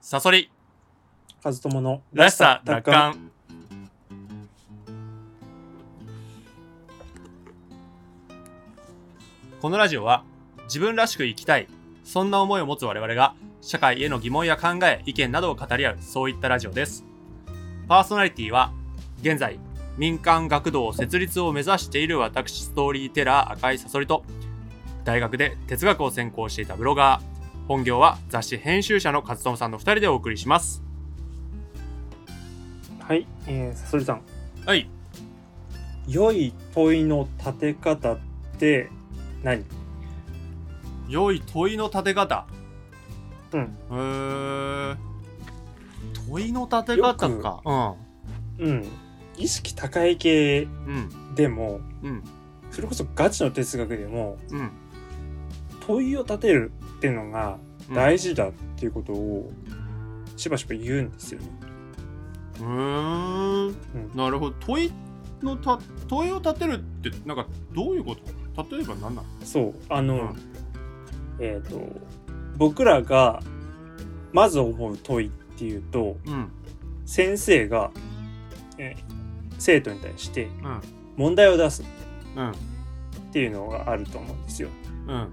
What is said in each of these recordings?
サソリ和友のらしさ奪還このラジオは自分らしく生きたいそんな思いを持つ我々が社会への疑問や考え意見などを語り合うそういったラジオですパーソナリティは現在民間学童設立を目指している私ストーリーテラー赤井サソリと大学で哲学を専攻していたブロガー本業は雑誌編集者の勝友さんの2人でお送りしますはい、えー、サソリさんはい良い問いの立て方って何良い問いの立て方うんへー問いの立て方かうん意識高い系うんうんでもうんそれこそガチの哲学でもうん問いを立てるっていうのがうん大事だっていうことをしばしば言うんですよね。うーんうんなるほど問いのた問いを立てるってなんかどういうこと例えば何なのそうあの、うんえっ、と僕らがまず思う問いっていうとうん先生が、えー生徒に対してうん問題を出すっうんていうのがあると思うんですよ。うん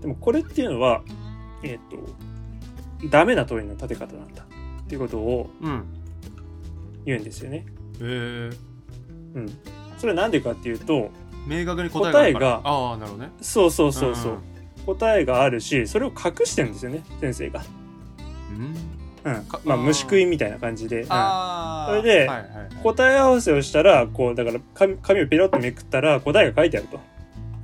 でもこれっていうのはえっ、とダメな問いの立て方なんだっていうことをうん言うんですよね。へえうん、それはなんでかっていうと明確に答えがあるから答えがああなるほどねそうそうそうそう、ん答えがあるしそれを隠してるんですよね先生が。うんうんか、まあうん虫食いみたいな感じで、うんああそれではいはいはい答え合わせをしたらこうだから紙紙をペロッとめくったら答えが書いてあると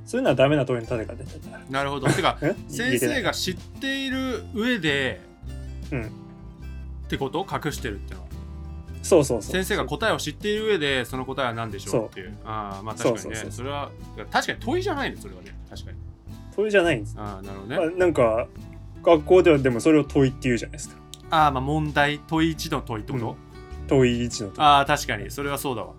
そういうのはダメな問いの立て方だなるほどてかえ言え先てな生いが知っている上で、うんってことを隠してるっていうのはそうそうそう先生が答えを知っている上でその答えは何でしょうっていうああまあ確かにねそうそうそうそれは確かに問いじゃないねそれはね確かに問いじゃないんです、ああなるほどね、まあ、なんか学校ではでもそれを問いって言うじゃないですかああまあ問題問い1の問いってこと、うん問い1の問ああ確かにそれはそうだわ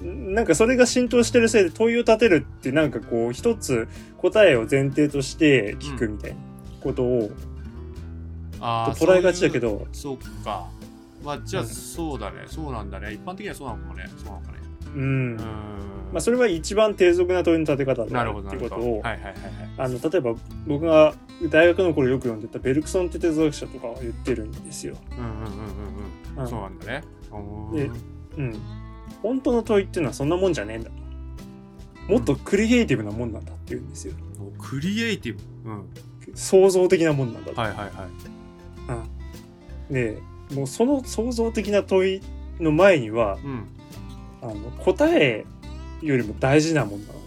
うんいなんかそれが浸透してるせいで問いを立てるってなんかこう一つ答えを前提として聞くみたいなことをああ捉えがちだけそういうどそうかまあじゃあうんそうだね、そうなんだね一般的にはそうなのかもねそうなのかねうんうーんまあ、それは一番低俗な問いの立て方だななるっほどなているうほことどをはいはいはいはいあの例えば僕が大学の頃よく読んでたベルクソンって哲学者とかは言ってるんですよ。うんうんうんうんうんうんそうなんだね。うーでんうん、本当の問いっていうのはそんなもんじゃねえんだと。もっとクリエイティブなもんなんだって言うんですよ。もうクリエイティブ。うん。創造的なもんなんだと。はいはいはい。でもうその創造的な問いの前にはうん。あの答えよりも大事なもんなのよ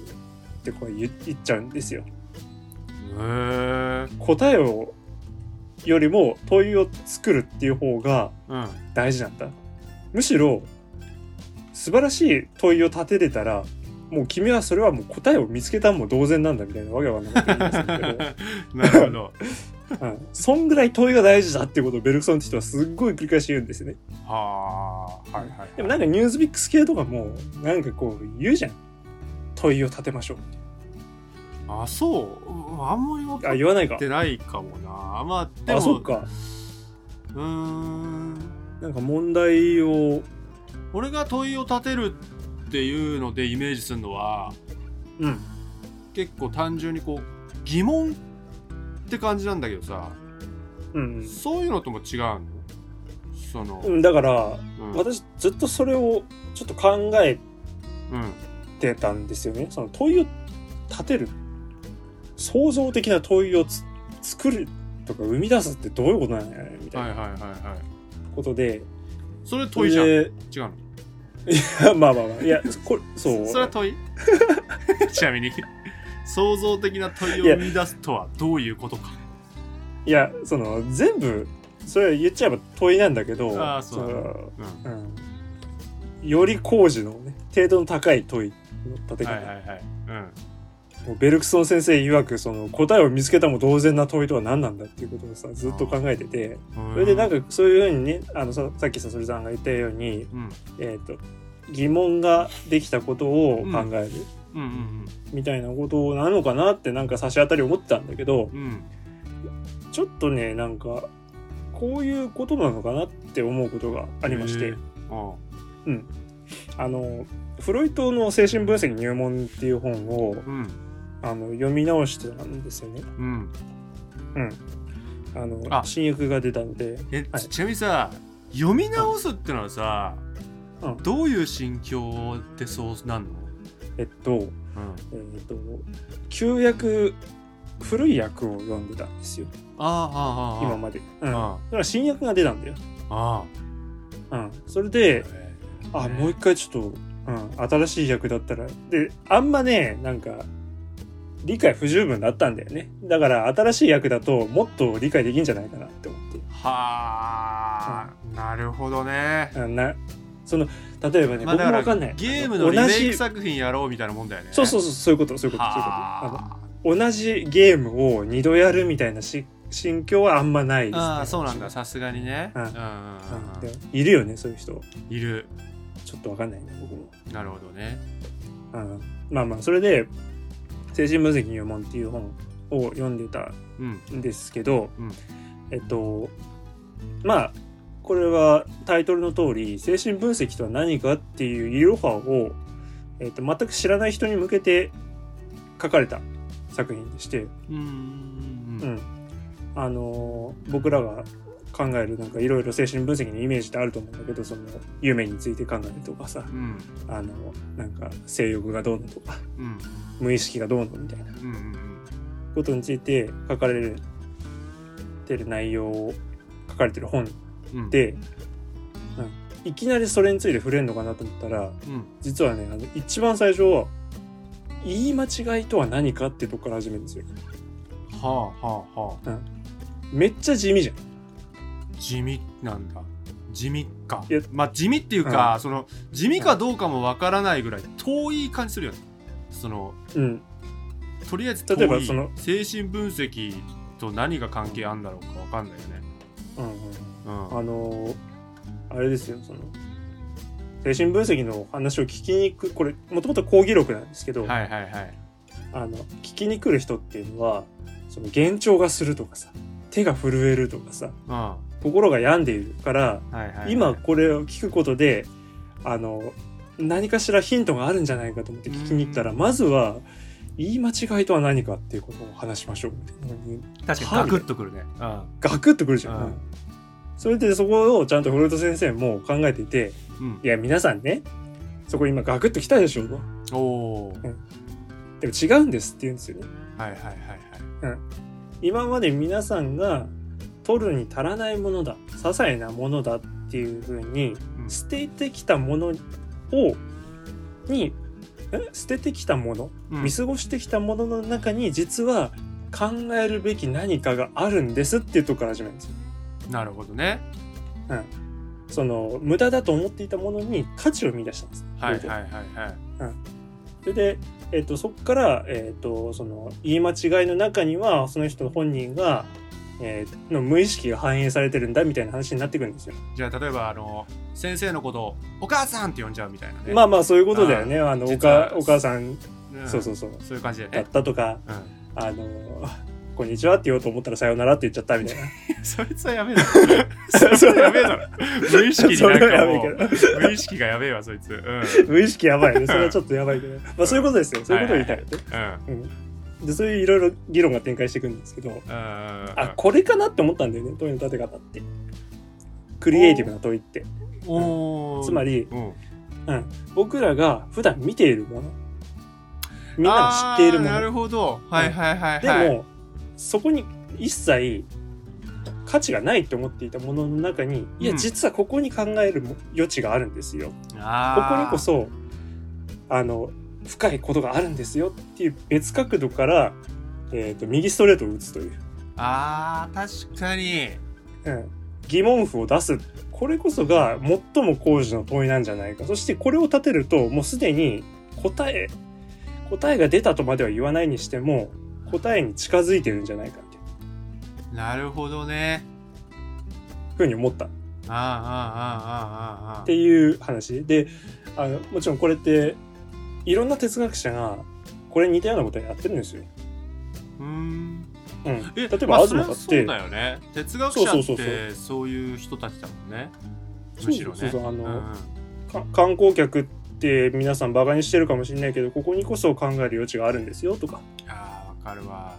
ってこう言言っちゃうんですよ。へえ。答えをよりも問いを作るっていう方がうん。大事なんだむしろ素晴らしい問いを立てれたらもう君はそれはもう答えを見つけたも同然なんだみたいなわけわかんないこと言いますけ なるほど。ど、うん、そんぐらい問いが大事だっていうことをベルクソンって人はすっごい繰り返し言うんですよねはあ。はいはいはい。でもなんかニュースビックス系とかもなんかこう言うじゃん問いを立てましょうあ、そううん。あんまり分かあっ言わないかてないかもな。まあ、でも。あそっ。かうーん。なんか問題を俺が問いを立てるっていうのでイメージするのは、うん結構単純にこう、疑問って感じなんだけどさ、うんそういうのとも違うのその、うんだからうん。私ずっとそれをちょっと考えうんってたんですよね。その問いを立てる創造的な問いをつ作るとか生み出すってどういうことなんやねみたはいいなはいはいはい。ことで、それそ問れいじゃん。違うでの まあまあまあいやこれそうそれは 問いちなみに創造的な問いを生み出すとはどういうことかいやその全部それ言っちゃえば問いなんだけどあーそうだねうんそのうん、より工事のね程度の高い問いの立て方、はいはいはいうんもうベルクソン先生曰くその答えを見つけたも同然な問いとは何なんだっていうことをさずっと考えてて。うんそれでなんかそういうふうにねあのささっきさそりさんが言ったように、うんえー、と疑問ができたことを考えるうんうんみたいなことなのかなってなんか差し当たり思ってたんだけどうんうんちょっとねなんかこういうことなのかなって思うことがありましへてー、うんあのフロイトの精神分析入門っていう本をうんあの読み直してたんですよね。うんうん。あのあ新訳が出たので、え、はいちなみにさ読み直すってのはさ、うんどういう心境でそうなんの、えっとうん、えっと旧約古い訳を読んでたんですよ。ああああ今まで。うん。だかあら新訳が出たんだよ。ああうん。それで、ああもう一回ちょっと、うん、新しい役だったらであんまねなんか理解不十分だったんだよねだから新しい役だともっと理解できんじゃないかなって思ってはあ、なるほどね、あなその例えばね、まあ、僕だもわかからんないゲームのリ同メイじクそう作品やろうみたいなもんだよねそうそうそうそういうことそういうことそういうことはあの同じゲームを二度やるみたいなし心境はあんまないです、ね、ああそうなんださすがにね、うんうんうんうんうんでもいるよねそういう人いるちょっとわかんないね僕もなるほどねうんまあまあそれで「精神分析入門」っていう本を読んでたうんんですけど、うんえっとまあこれはタイトルの通り精神分析とは何かっていうイロハを、えっと、全く知らない人に向けて書かれた作品でして、うんうんうんううんん、あのー僕らが考えるなんかいろいろ精神分析のイメージってあると思うんだけどその夢について考えるとかさうんあのなんか性欲がどうのとかうん無意識がどうのみたいなうんうんことについて書かれてる内容を書かれてる本うんで、うんいきなりそれについて触れるのかなと思ったらうん実はねあの一番最初は言い間違いとは何かってとこから始めるんですよはあはあはあめっちゃ地味じゃん地味なんだ地味かいやまあ地味っていうか、その地味かどうかもわからないぐらい遠い感じするよねそのうんとりあえず例えば遠いその精神分析と何が関係あるんだろうかわかんないよねうんうんうんあのーあれですよその精神分析の話を聞きに行くこれもともと講義録なんですけはど、いはいはいあの聞きに来る人っていうのはその幻聴がするとかさ手が震えるとかさうんは心が病んでいるからいはいはい今これを聞くことであの何かしらヒントがあるんじゃないかと思って聞きに行ったらうまずは言い間違いとは何かっていうことを話しましょうみたいなのに確かにガクッとくるねうんガクッとくるじゃん、うんそれでそこをちゃんとフロイト先生も考えていてうんいや皆さんねそこ今ガクッときたでしょとおおーでも違うんですって言うんですよねはいはいはいはい今まで皆さんが取るに足らないものだ些細なものだっていうふうにうん捨ててきたものをにえ捨ててきたものうん見過ごしてきたものの中に実は考えるべき何かがあるんですっていうとこから始めるんですよ。なるほどねその無駄だと思っていたものに価値を見出したんです。はいはいはいはいそれで、えっとそこから、えっとその言い間違いの中にはその人本人が、えーの無意識が反映されてるんだみたいな話になってくるんですよ。じゃあ例えばあの先生のことをお母さんって呼んじゃうみたいなねまあまあそういうことだよね。あのお実はかお母さん、うんそうそうそうそういう感じでだっねたとかうんあの 「こんにちは」って言おうと思ったら「さようなら」って言っちゃったみたいな。 そいつはやべえだろ。そいつはやべえだろ。無意識になんかもそれはやう、無意識がやべえわ、そいつ。うん。うん。無意識や ばいね。それはちょっとやばいけど。まあそういうことですよ。そういうことを言いたいよね。うん。うん、でそういういろいろ議論が展開していくんですけど、うん。あこれかなって思ったんだよね問いの立て方って。クリエイティブな問いって。おーつまりうん。僕らが普段見ているものみんなが知っているもあーなるのほど。はいはいはいではい。も、そこに一切価値がないと思っていたものの中に、いやうん実はここに考えるも余地があるんですよここあにこーそあの深いことがあるんですよっていう別角度から、えー、と右ストレートを打つという、あー、確かに。うん疑問符を出すこれこそが最も工事の問いなんじゃないかそしてこれを立てるともうすでに答え答えが出たとまでは言わないにしても答えに近づいてるんじゃないかっていなるほどね。うふうに思ったっあーあーあーあーあーあー。ていう話であのもちろんこれっていろんな哲学者がこれに似たようなことをやってるんですよ。うーん。うん、例ええまばあ東そされんっはて、そうだよね哲学そ者うそうっそうそてそういう人たちだもんねそうむしそろうねそうあの、うんうんか観光客って皆さんバカにしてるかもしれないけどここにこそ考える余地があるんですよとかあーわかるわ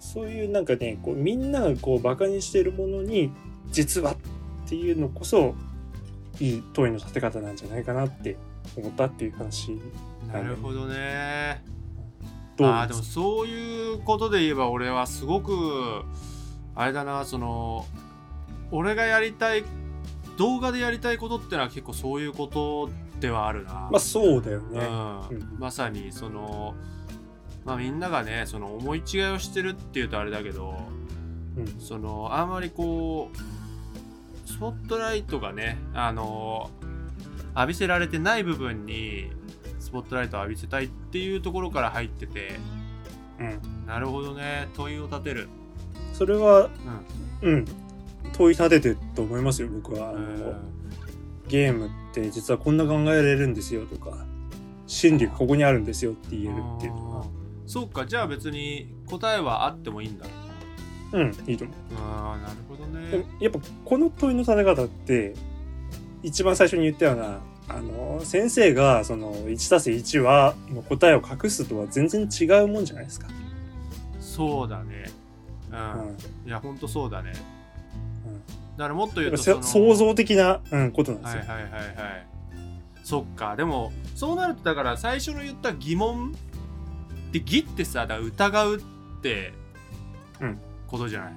そういうなんかねこうみんながこうバカにしてるものに実はっていうのこそいい問いの立て方なんじゃないかなって思ったっていう話なるほどねどうああでですもかそういうことで言えば俺はすごくあれだなその俺がやりたい動画でやりたいことってのは結構そういうことではあるな、まあそうだよね、ううんん、まさにその、まあ、みんながねその思い違いをしてるっていうとあれだけどうんそのあんまりこうスポットライトがねあの浴びせられてない部分にスポットライトを浴びせたいっていうところから入っててうん、なるほどね問いを立てる、それはうんうん問い立ててると思いますよ僕はあの、うんゲームって実はこんな考えられるんですよとか心理がここにあるんですよって言えるっていうのはそうかじゃあ別に答えはあってもいいんだうんいいと思うあーなるほどでもねやっぱこの問いの立て方って一番最初に言ったようなあの先生がその 1+1 はの答えを隠すとは全然違うもんじゃないですか。そうだねううんんいや、ほんとそうだね。だからもっと言やっうとぱそせの、創造的な、うん、ことなんですはいよ。はいはいはい。そっか、でも、そうなると、だから最初の言った疑問で、疑ってさ、だから疑うってうんことじゃない。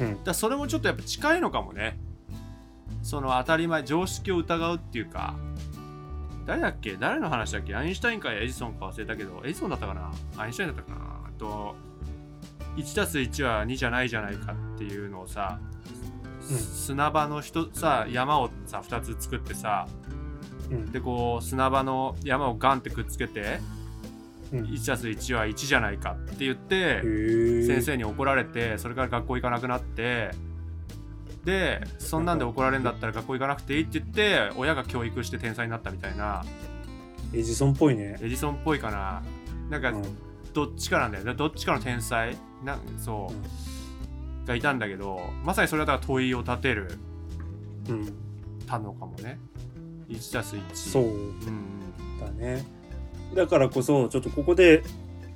うんだからそれもちょっとやっぱ近いのかもね。その当たり前、常識を疑うっていうか、誰だっけ誰の話だっけアインシュタインかエジソンか忘れたけど、エジソンだったかなアインシュタインだったかなあと、1たす1は2じゃないじゃないかっていうのをさ、うん砂場の人さ山をさ2つ作ってさうんでこう砂場の山をガンってくっつけてうんへ1たす1は1じゃないかって言ってー先生に怒られてそれから学校行かなくなってでそんなんで怒られるんだったら学校行かなくていいって言って親が教育して天才になったみたいなエジソンっぽいね。エジソンっぽいかななんかうんどっちかなんだよねどっちかの天才なんそう、がいたんだけどまさにそれはだから問いを立てるうんたのかもね1たす1そううんだね。だからこそちょっとここで、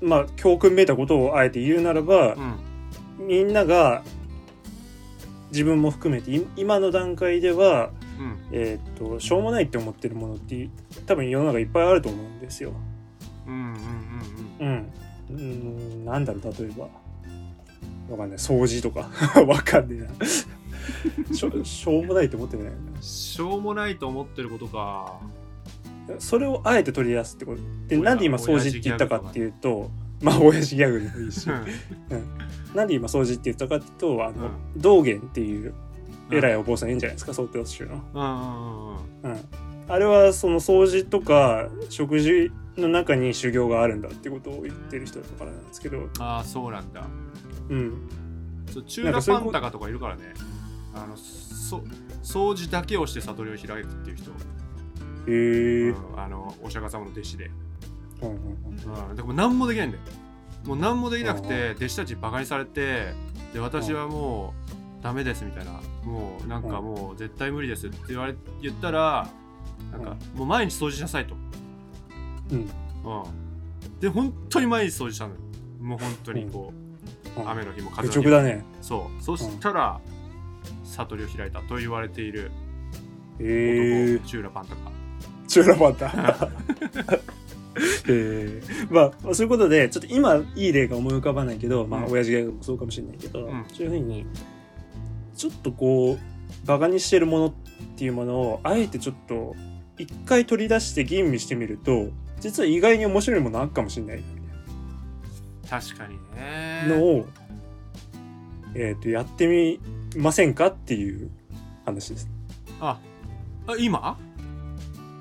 まあ、教訓めいたことをあえて言うならば、うんみんなが自分も含めてい今の段階ではうんえーっとしょうもないって思ってるものって多分世の中いっぱいあると思うんですよ。うんうんうん。うーんなんだろう例えば。わかんない掃除とか わかんねえなし ょしょうもないって思ってないようんしょうもないと思ってることかなそれをあえて取り出すってことでおやなんで今掃除って言ったかっていうとまあ親父ギャグでもいいしうんなんで今掃除って言ったかっていうとあの、う道元っていう 偉いうんお坊さんいるんじゃないですか、総統宗の。うんうんうん、あれはその掃除とか食事の中に修行があるんだってことを言ってる人だからなんですけど、ああそうなんだうん、そう中華パンタカとかいるからねあのそ掃除だけをして悟りを開くっていう人、へえ、うんうんあのお釈迦様の弟子で、うんうん、でも何もできないんだよもう何もできなくて弟子たちにバカにされてで私はもうダメですみたいなもうなんかもう絶対無理ですって言われ言ったらなんかもう毎日掃除しなさいとうんうん、で本当に毎日掃除したのよもう本当にこう、うん雨の日も風愚の日直も、だね。そうそしたら、悟りを開いたと言われている男、へえ、チューラパンとか中ラバンタ。 へえ、まあそういうことでちょっと今いい例が思い浮かばないけど、まあうん親父ギャグもそうかもしれないけど、うんそういうふうにちょっとこうバカにしてるものっていうものをあえてちょっと一回取り出して吟味してみると実は意外に面白いものあるかもしれないみ確かにたいなのねを、えー、とやってみませんかっていう話です。ああ今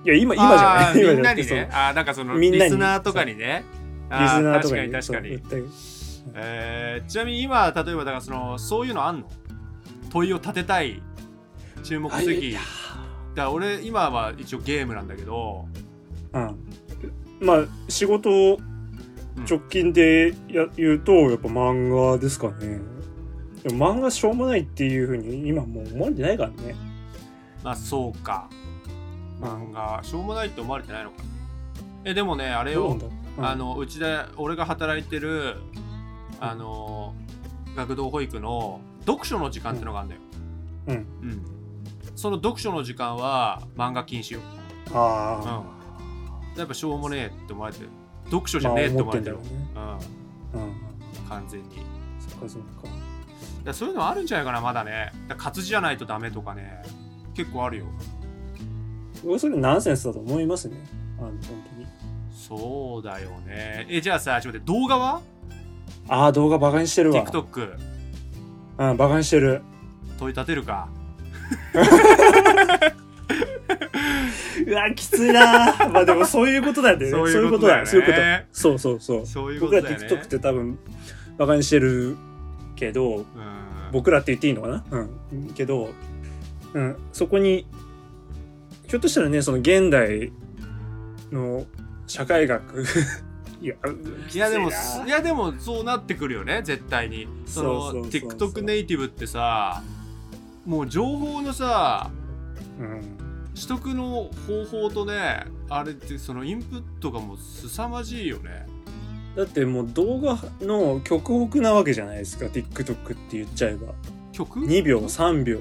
いや今今じゃあなー い今みんじゃななくにてねあーなんかそのみんリなにスナーとかにねそあのリスナーと確かかににね確そうかに、訴ええーちなみに今例えばだからそのそういうのあんの問いを立てたい注目すべき、あいだやから俺今は一応ゲームなんだけどうん、まあ仕事うん直近でや言うとやっぱ漫画ですかねでも漫画しょうもないっていうふうに今もう思われてないからねまあそうか漫画しょうもないって思われてないのかえでもねあれどうなをんだろう、うんあのうちで俺が働いてるあの学童保育の読書の時間ってのがあるんだよ、うんうんその読書の時間は漫画禁止よ、うん、あやっぱしょうもねえって思われてる読書あ、じゃまあねえって思思っわてれんてだるろ、うねううんん、完全にそっかそっかいやそういうのあるんじゃないかなまだねだから活字じゃないとダメとかね結構あるよ僕それナンセンスだと思いますねあの本当にそうだよねえじゃあさちょっと待って動画はああ動画バカにしてるわ TikTok うんバカにし てる問い立てるかうわきついなー まあでもそういうことなんだよね そういうことだよねそういうことだよそう いうことそうそうそうそういうこ僕とらだよね TikTok って多分バカにしてるけどうん僕らって言っていいのかなうんけど、うん、そこにひょっとしたらねその現代の社会学 いやいやでもきついないやでもそうなってくるよね絶対にそのそうそうそうそう TikTok ネイティブってさもう情報のさうん、取得の方法とねあれってそのインプットがもう凄まじいよねだってもう動画の極北なわけじゃないですか TikTok って言っちゃえば曲2秒3秒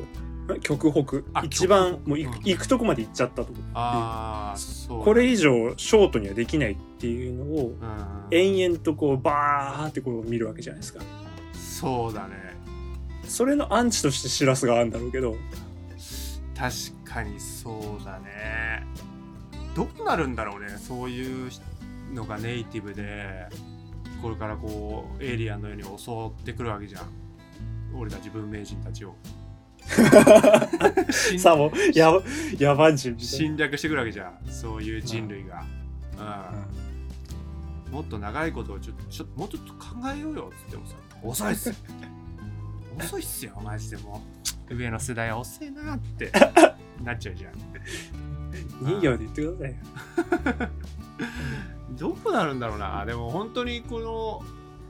え極あ北一番極北もういうん行くとこまで行っちゃったとこああそうこれ以上ショートにはできないっていうのをうん延々とこうバーってこう見るわけじゃないですかそうだねそれのアンチとしてしらすがあるんだろう けど確かにそうだねどうなるんだろうねそういうのがネイティブでこれからこうエイリアンのように襲ってくるわけじゃん俺たち文明人たちを侵さあもうやばやばんじみたいな侵略してくるわけじゃんそういう人類が、うんもっと長いことをちょちょもうちょっと考えようよっつってもさ遅いっす遅いっすよマジでもう上の世代は遅いなってなっちゃうじゃん人形で言ってくださいよどうなるんだろうなでも本当にこ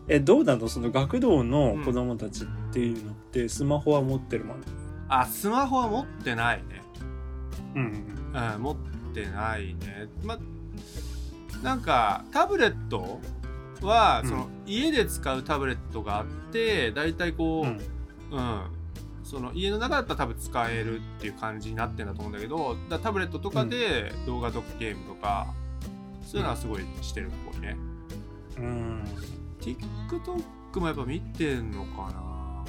えどうなのその学童の子供たちっていうのってスマホは持ってるもん、のあスマホは持ってないねうん、うん持ってないねまなんかタブレットは、うんその家で使うタブレットがあってだいたいこう、うんうん、その家の中だったら多分使えるっていう感じになってんだと思うんだけどだタブレットとかで動画とかゲームとか、そういうのはすごいしてるっぽいね、うん、 TikTok もやっぱ見てんのかな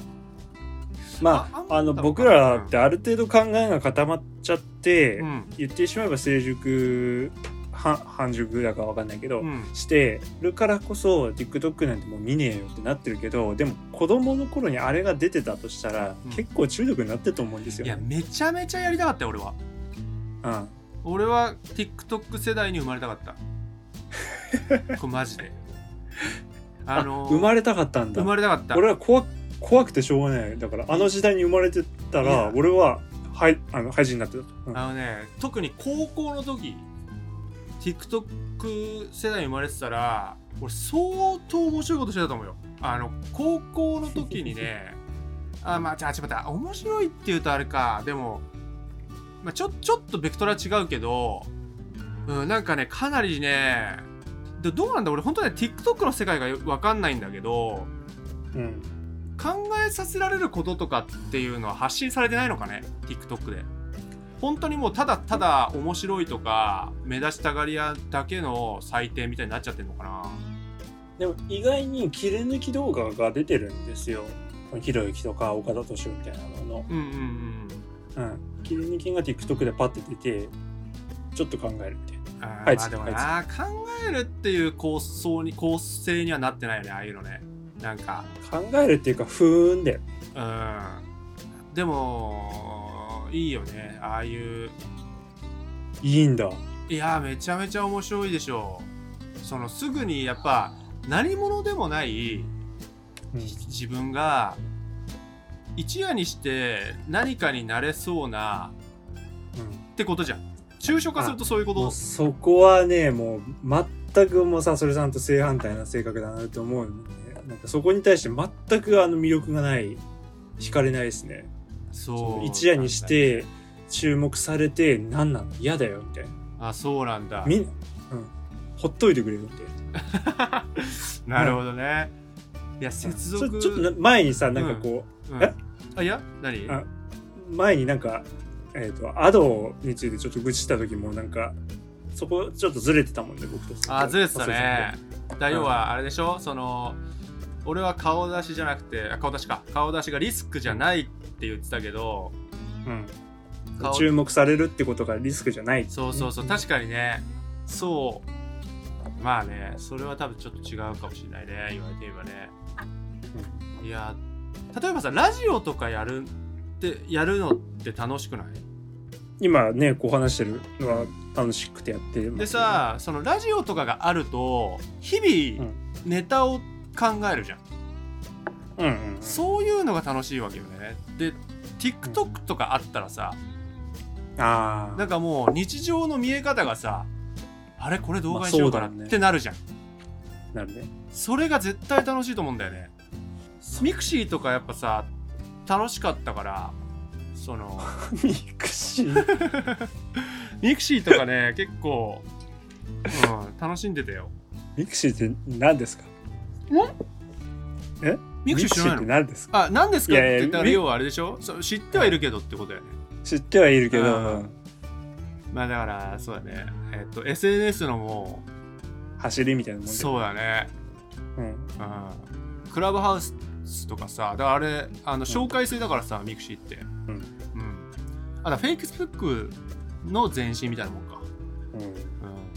まああんあまあの多分僕らってある程度考えが固まっちゃって、うん言ってしまえば成熟半半熟だかわかんないけど、うんしてるからこそ TikTok なんてもう見ねえよってなってるけどでも子供の頃にあれが出てたとしたら、うん結構中毒になってると思うんですよいやね。めちゃめちゃやりたかったよ俺はうん俺は TikTok 世代に生まれたかった これマジであの生まれたかったんだ生まれたかった俺は怖怖くてしょうがないだからあの時代に生まれてたいらや俺ははいあの廃人になってた、うんあのね特に高校の時 TikTok 世代に生まれてたら俺相当面白いことしてたと思うよあの高校の時に ねあまあじゃあちょっと待って面白いって言うとあれかでも、まあ、ちょちょっとベクトルは違うけど、うん、なんかねかなりねでどうなんだ俺本当ね TikTok の世界がよわかんないんだけどうん考えさせられることとかっていうのは発信されてないのかね TikTok で本当にもうただただ面白いとか目立ちたがり屋だけの採点みたいになっちゃってるのかなでも意外に切り抜き動画が出てるんですよひろゆきとか岡田斗司夫みたいなのの、うんうんうんうん、切り抜きが TikTok でパッて出てちょっと考えるみたいなあーはいまあでもな考えるっていう構想に構成にはなってないよねああいうのねなんか考えるっていうかふーんだようんでもいいよねああいういいんだいやーめちゃめちゃ面白いでしょうそのすぐにやっぱ何者でもない自分が一夜にして何かになれそうなってことじゃん抽象化するとそういうこもうとそこはねもう全くもうさそれさんと正反対な性格だなと思うのでなんかそこに対して全くあの魅力がない惹かれないですねそう一夜にして注目されて何なの嫌だよみたいなあそうなんだみんな、うん、ほっといてくれるみたい ななるほどね、いや接続それちょっとな前にさなんかこうんえあいや何あう、前になんかえっ、とアドについてちょっと愚痴した時もなんかそこちょっとずれてたもんね僕としてあずれてたねだからうん要はあれでしょその俺は顔出しじゃなくてあ顔出しか顔出しがリスクじゃないって言ってたけどうん顔注目されるってことがリスクじゃないそうそうそう確かにねそうまあねそれは多分ちょっと違うかもしれないね言われてみればねいや例えばさラジオとかやるってやるのって楽しくない今ねこう話してるのは楽しくてやってますよねでさそのラジオとかがあると日々うんネタを考えるじゃんうんうんそういうのが楽しいわけよねで TikTok とかあったらさあなんあかもう日常の見え方がさあれこれ動画にしようかなまあそうだっねてなるじゃんなるねそれが絶対楽しいと思うんだよねミクシーとかやっぱさ楽しかったからその ミクシーミクシーとかね結構、うん、楽しんでたよミクシーって何ですかミクシー知らっなていの何ですかあ何ですかいっやいてや言ったらミ要はあれでしょそう知ってはいるけどってことだよね知ってはいるけど、うんまあだからそうだねえっと SNS のも走りみたいなもんうでそうだねうん、うんクラブハウスとかさだからあれあの紹介制だからさ、ミクシーってうんうんあだフェイクスブックの前身みたいなもんか、うん、うん、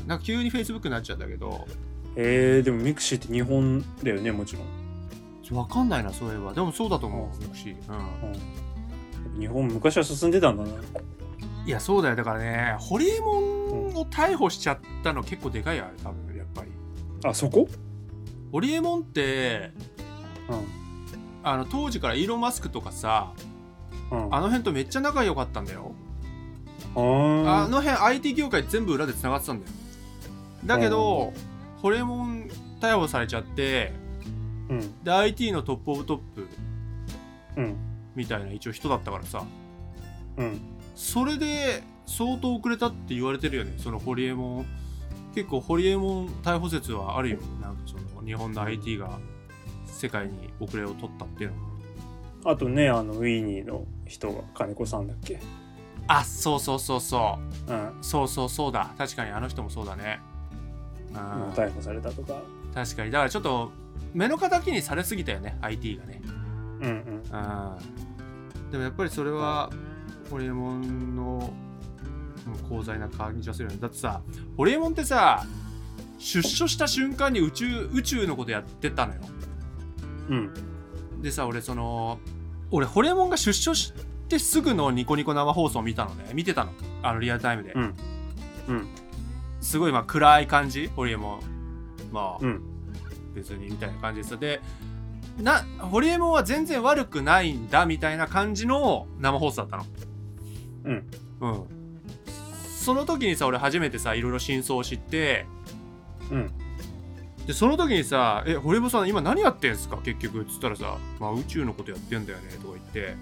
なんか急にフェイスブックになっちゃったけどえー、でもミクシーって日本だよねもちろん、分かんないなそういえばでもそうだと思うミクシー、う、うん、日本昔は進んでたんだなんいやそうだよだからねホリエモンを逮捕しちゃったの結構でかいよあれ多分やっぱりあそこ、ホリエモンってうあの当時からイーロン・マスクとかさんうん、あの辺とめっちゃ仲良かったんだよああの辺 IT 業界全部裏で繋がってたんだよだけどホレモン逮捕されちゃってうんで IT のトップオブトップうんみたいな一応人だったからさうんそれで相当遅れたって言われてるよねそのホリエモン結構ホリエモン逮捕説はあるよなんかその日本の IT が世界に遅れを取ったっていうのもあとねあのウィニーの人が金子さんだっけあそうそうそうそうんうそうそうそうだ確かにあの人もそうだねうんもう逮捕されたとか確かにだからちょっと目の敵にされすぎたよね IT がねうんうんうんでもやっぱりそれはホリエモンのうん功罪な感じはするよねだってさホリエモンってさ出所した瞬間に宇宙宇宙のことやってたのようんでさ俺その俺ホリエモンが出所してすぐのニコニコ生放送見たのね見てたのあのリアルタイムで、うんうんすごいまあ暗い感じホリエモンまあ、うん別にみたいな感じでしたでなホリエモンは全然悪くないんだみたいな感じの生放送だったのうんうんその時にさ俺初めてさいろいろ真相を知ってうんでその時にさ「えホリエモンさん今何やってんすか結局」っつったらさ「まあ、宇宙のことやってんだよね」とか言って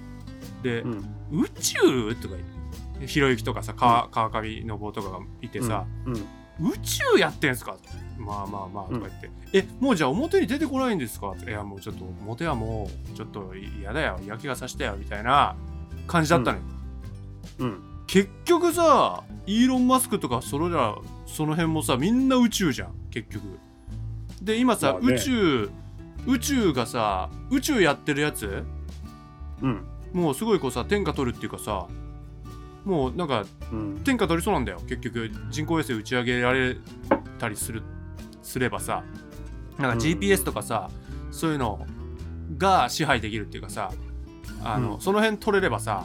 で、うん宇宙とか言ってひろゆきとかさ川,、川上信夫とかがいてさ、うん宇宙やってんすか?」まあまあまあ」とか言って「えもうじゃあ表に出てこないんですか?」って「いやもうちょっと表はもうちょっと嫌だよ嫌気がさしたよ」みたいな感じだったのよ、うん結局さイーロン・マスクとかそれらその辺もさみんな宇宙じゃん結局で今さ、まあね宇宙宇宙がさ宇宙やってるやつうんもうすごいこうさ天下取るっていうかさもうなんかうん天下取りそうなんだよ結局人工衛星打ち上げられたりするすればさなんかうん GPS とかさ、そういうのが支配できるっていうかさあの、うんその辺取れればさ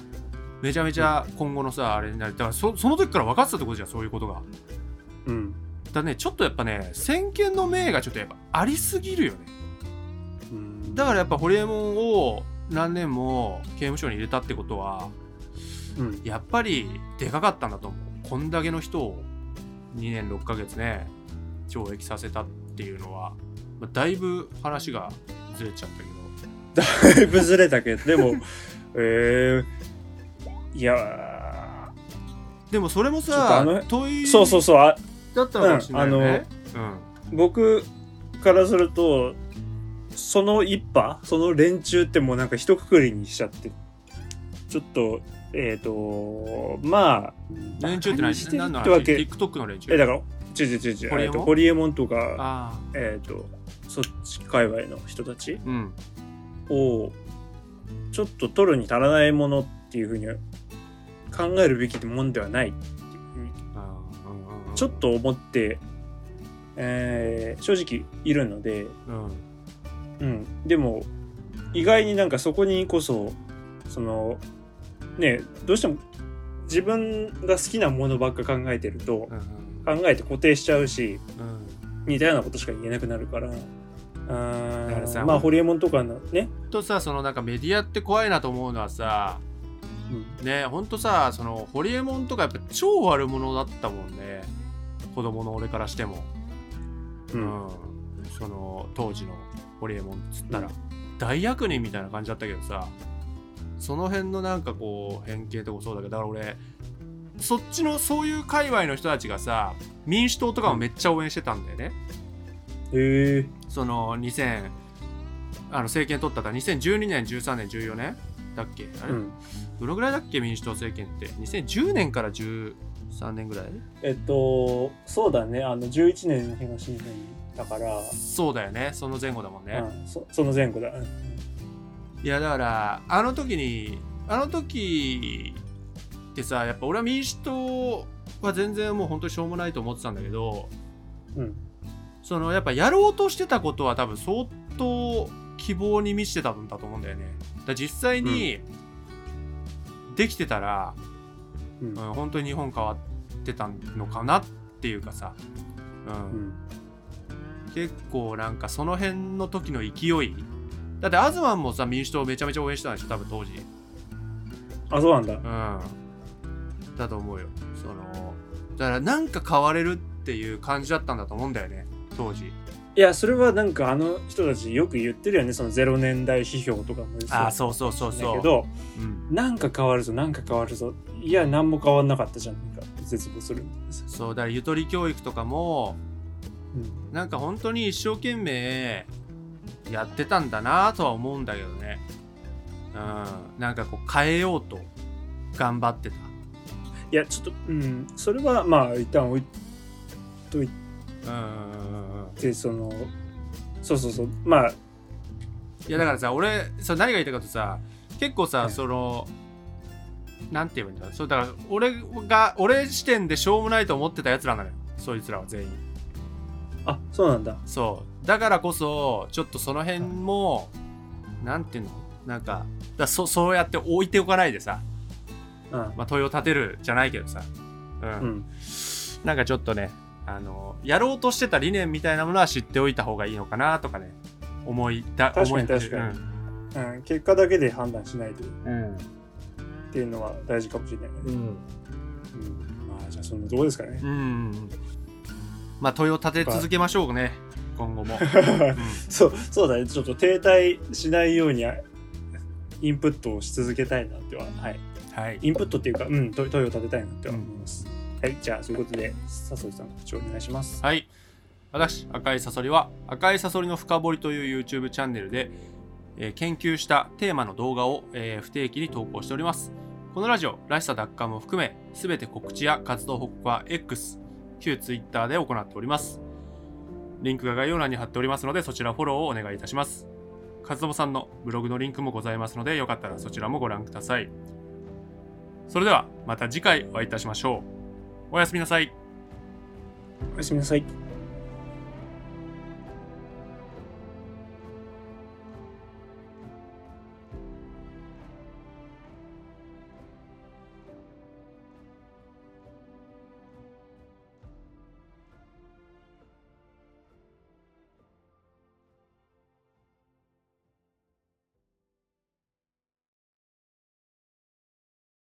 めちゃめちゃ今後のさあれになるだからそその時から分かってたってことじゃんそういうことがうんだねちょっとやっぱね先見の明がちょっとやっぱありすぎるよねうんだからやっぱホリエモンを何年も刑務所に入れたってことはうんやっぱりでかかったんだと思うこんだけの人を2年6ヶ月ね懲役させたっていうのは、まあ、だいぶ話がずれちゃったけどだいぶずれたけど、でも、えー、いやでもそれもちょっとさあの問いー、そうそうそう、あだったのかもしれないよね、うん僕からすると、その一派、その連中ってもうなんか一括りにしちゃって、ちょっと、えっ、と、まあ、連中ってバ何カにしてる何のって話わけ TikTok の連中え、だから、ちゅちゅちゅちゅ、ホリエモえンっとホリエモンとか、あえっ、と、そっち界隈の人たちあうんを、ちょっと取るに足らないものっていうふうに考えるべきもんではないっていうふうにあーうんうんうんちょっと思って、えー正直いるので、うんうん、でも意外になんかそこにこそそのねどうしても自分が好きなものばっか考えてるとうん考えて固定しちゃうしうん似たようなことしか言えなくなるからだからあさーまあホリエモンとかのね、とさそのなんかメディアって怖いなと思うのはさねほんとさそのホリエモンとかやっぱ超悪者だったもんね子供の俺からしても、ううんん、その当時のホリエモンっつったら、うん大役人みたいな感じだったけどさその辺のなんかこう変形とかもそうだけどだから俺そっちのそういう界隈の人たちがさ民主党とかもめっちゃ応援してたんだよね、へえその2000あの政権取ったから2012年13年14年だっけあれ、うん、どのぐらいだっけ民主党政権って2010年から13年ぐらいえっとそうだねあの11年の東日本だから、そうだよねその前後だもんね、うん、そその前後だ、うんいやだからあの時にあの時ってさやっぱ俺は民主党は全然もう本当にしょうもないと思ってたんだけどうん、そのやっぱやろうとしてたことは多分相当希望に満ちてたんだと思うんだよねだから実際にできてたら、うんうん、本当に日本変わってたのかなっていうかさ、うんうん結構なんかその辺の時の勢いだってアズマンもさ民主党めちゃめちゃ応援してたんでしょ多分当時あそうなんだうんだと思うよそのだからなんか変われるっていう感じだったんだと思うんだよね当時いやそれはなんかあの人たちよく言ってるよねその0年代批評とかもううそうそうだけどうん、なんか変わるぞなんか変わるぞいや何も変わんなかったじゃんなんか絶望するんですよ、そうだからゆとり教育とかもなんか本当に一生懸命やってたんだなとは思うんだけどねうんなんかこう変えようと頑張ってたいやちょっとうんそれはまあ一旦置いうんうんうんうんうんてそのそうそうそうまあいやだからさ俺そう何が言いたいかとさ結構さ、うんそのなんて言えばいいんだろうそうだから俺が俺視点でしょうもないと思ってたやつらなのよそいつらは全員あそうなんだそうだからこそちょっとその辺もなんていうのなんかだそそうやって置いておかないでさ、うんまあ、問いを立てるじゃないけどさ、うんうんなんかちょっとねあのやろうとしてた理念みたいなものは知っておいた方がいいのかなとかね思いだ確かに思い確かにうん、結果だけで判断しないとっうん、うんていうのは大事かもしれないね、うんうんまあじゃあそんなとこですかねうん。まあ問いを立て続けましょうね、今後も。 そうそうだねちょっと停滞しないようにあインプットをし続けたいなってははいはい。インプットっていうか、うん、問問いを立てたいなっては思います。はい、じゃあ、そういうことで、笹井さん、告知をお願いします。はい。私、赤いサソリは、赤いサソリの深掘りという YouTube チャンネルで、えー研究したテーマの動画を、えー不定期に投稿しております。このラジオ、らしさ奪還も含め、すべて告知や活動報告は X、旧 Twitter で行っております。リンクが概要欄に貼っておりますので、そちらフォローをお願いいたします。カズトモさんのブログのリンクもございますので、よかったらそちらもご覧ください。それでは、また次回お会いいたしましょう。おやすみなさい。おやすみなさい。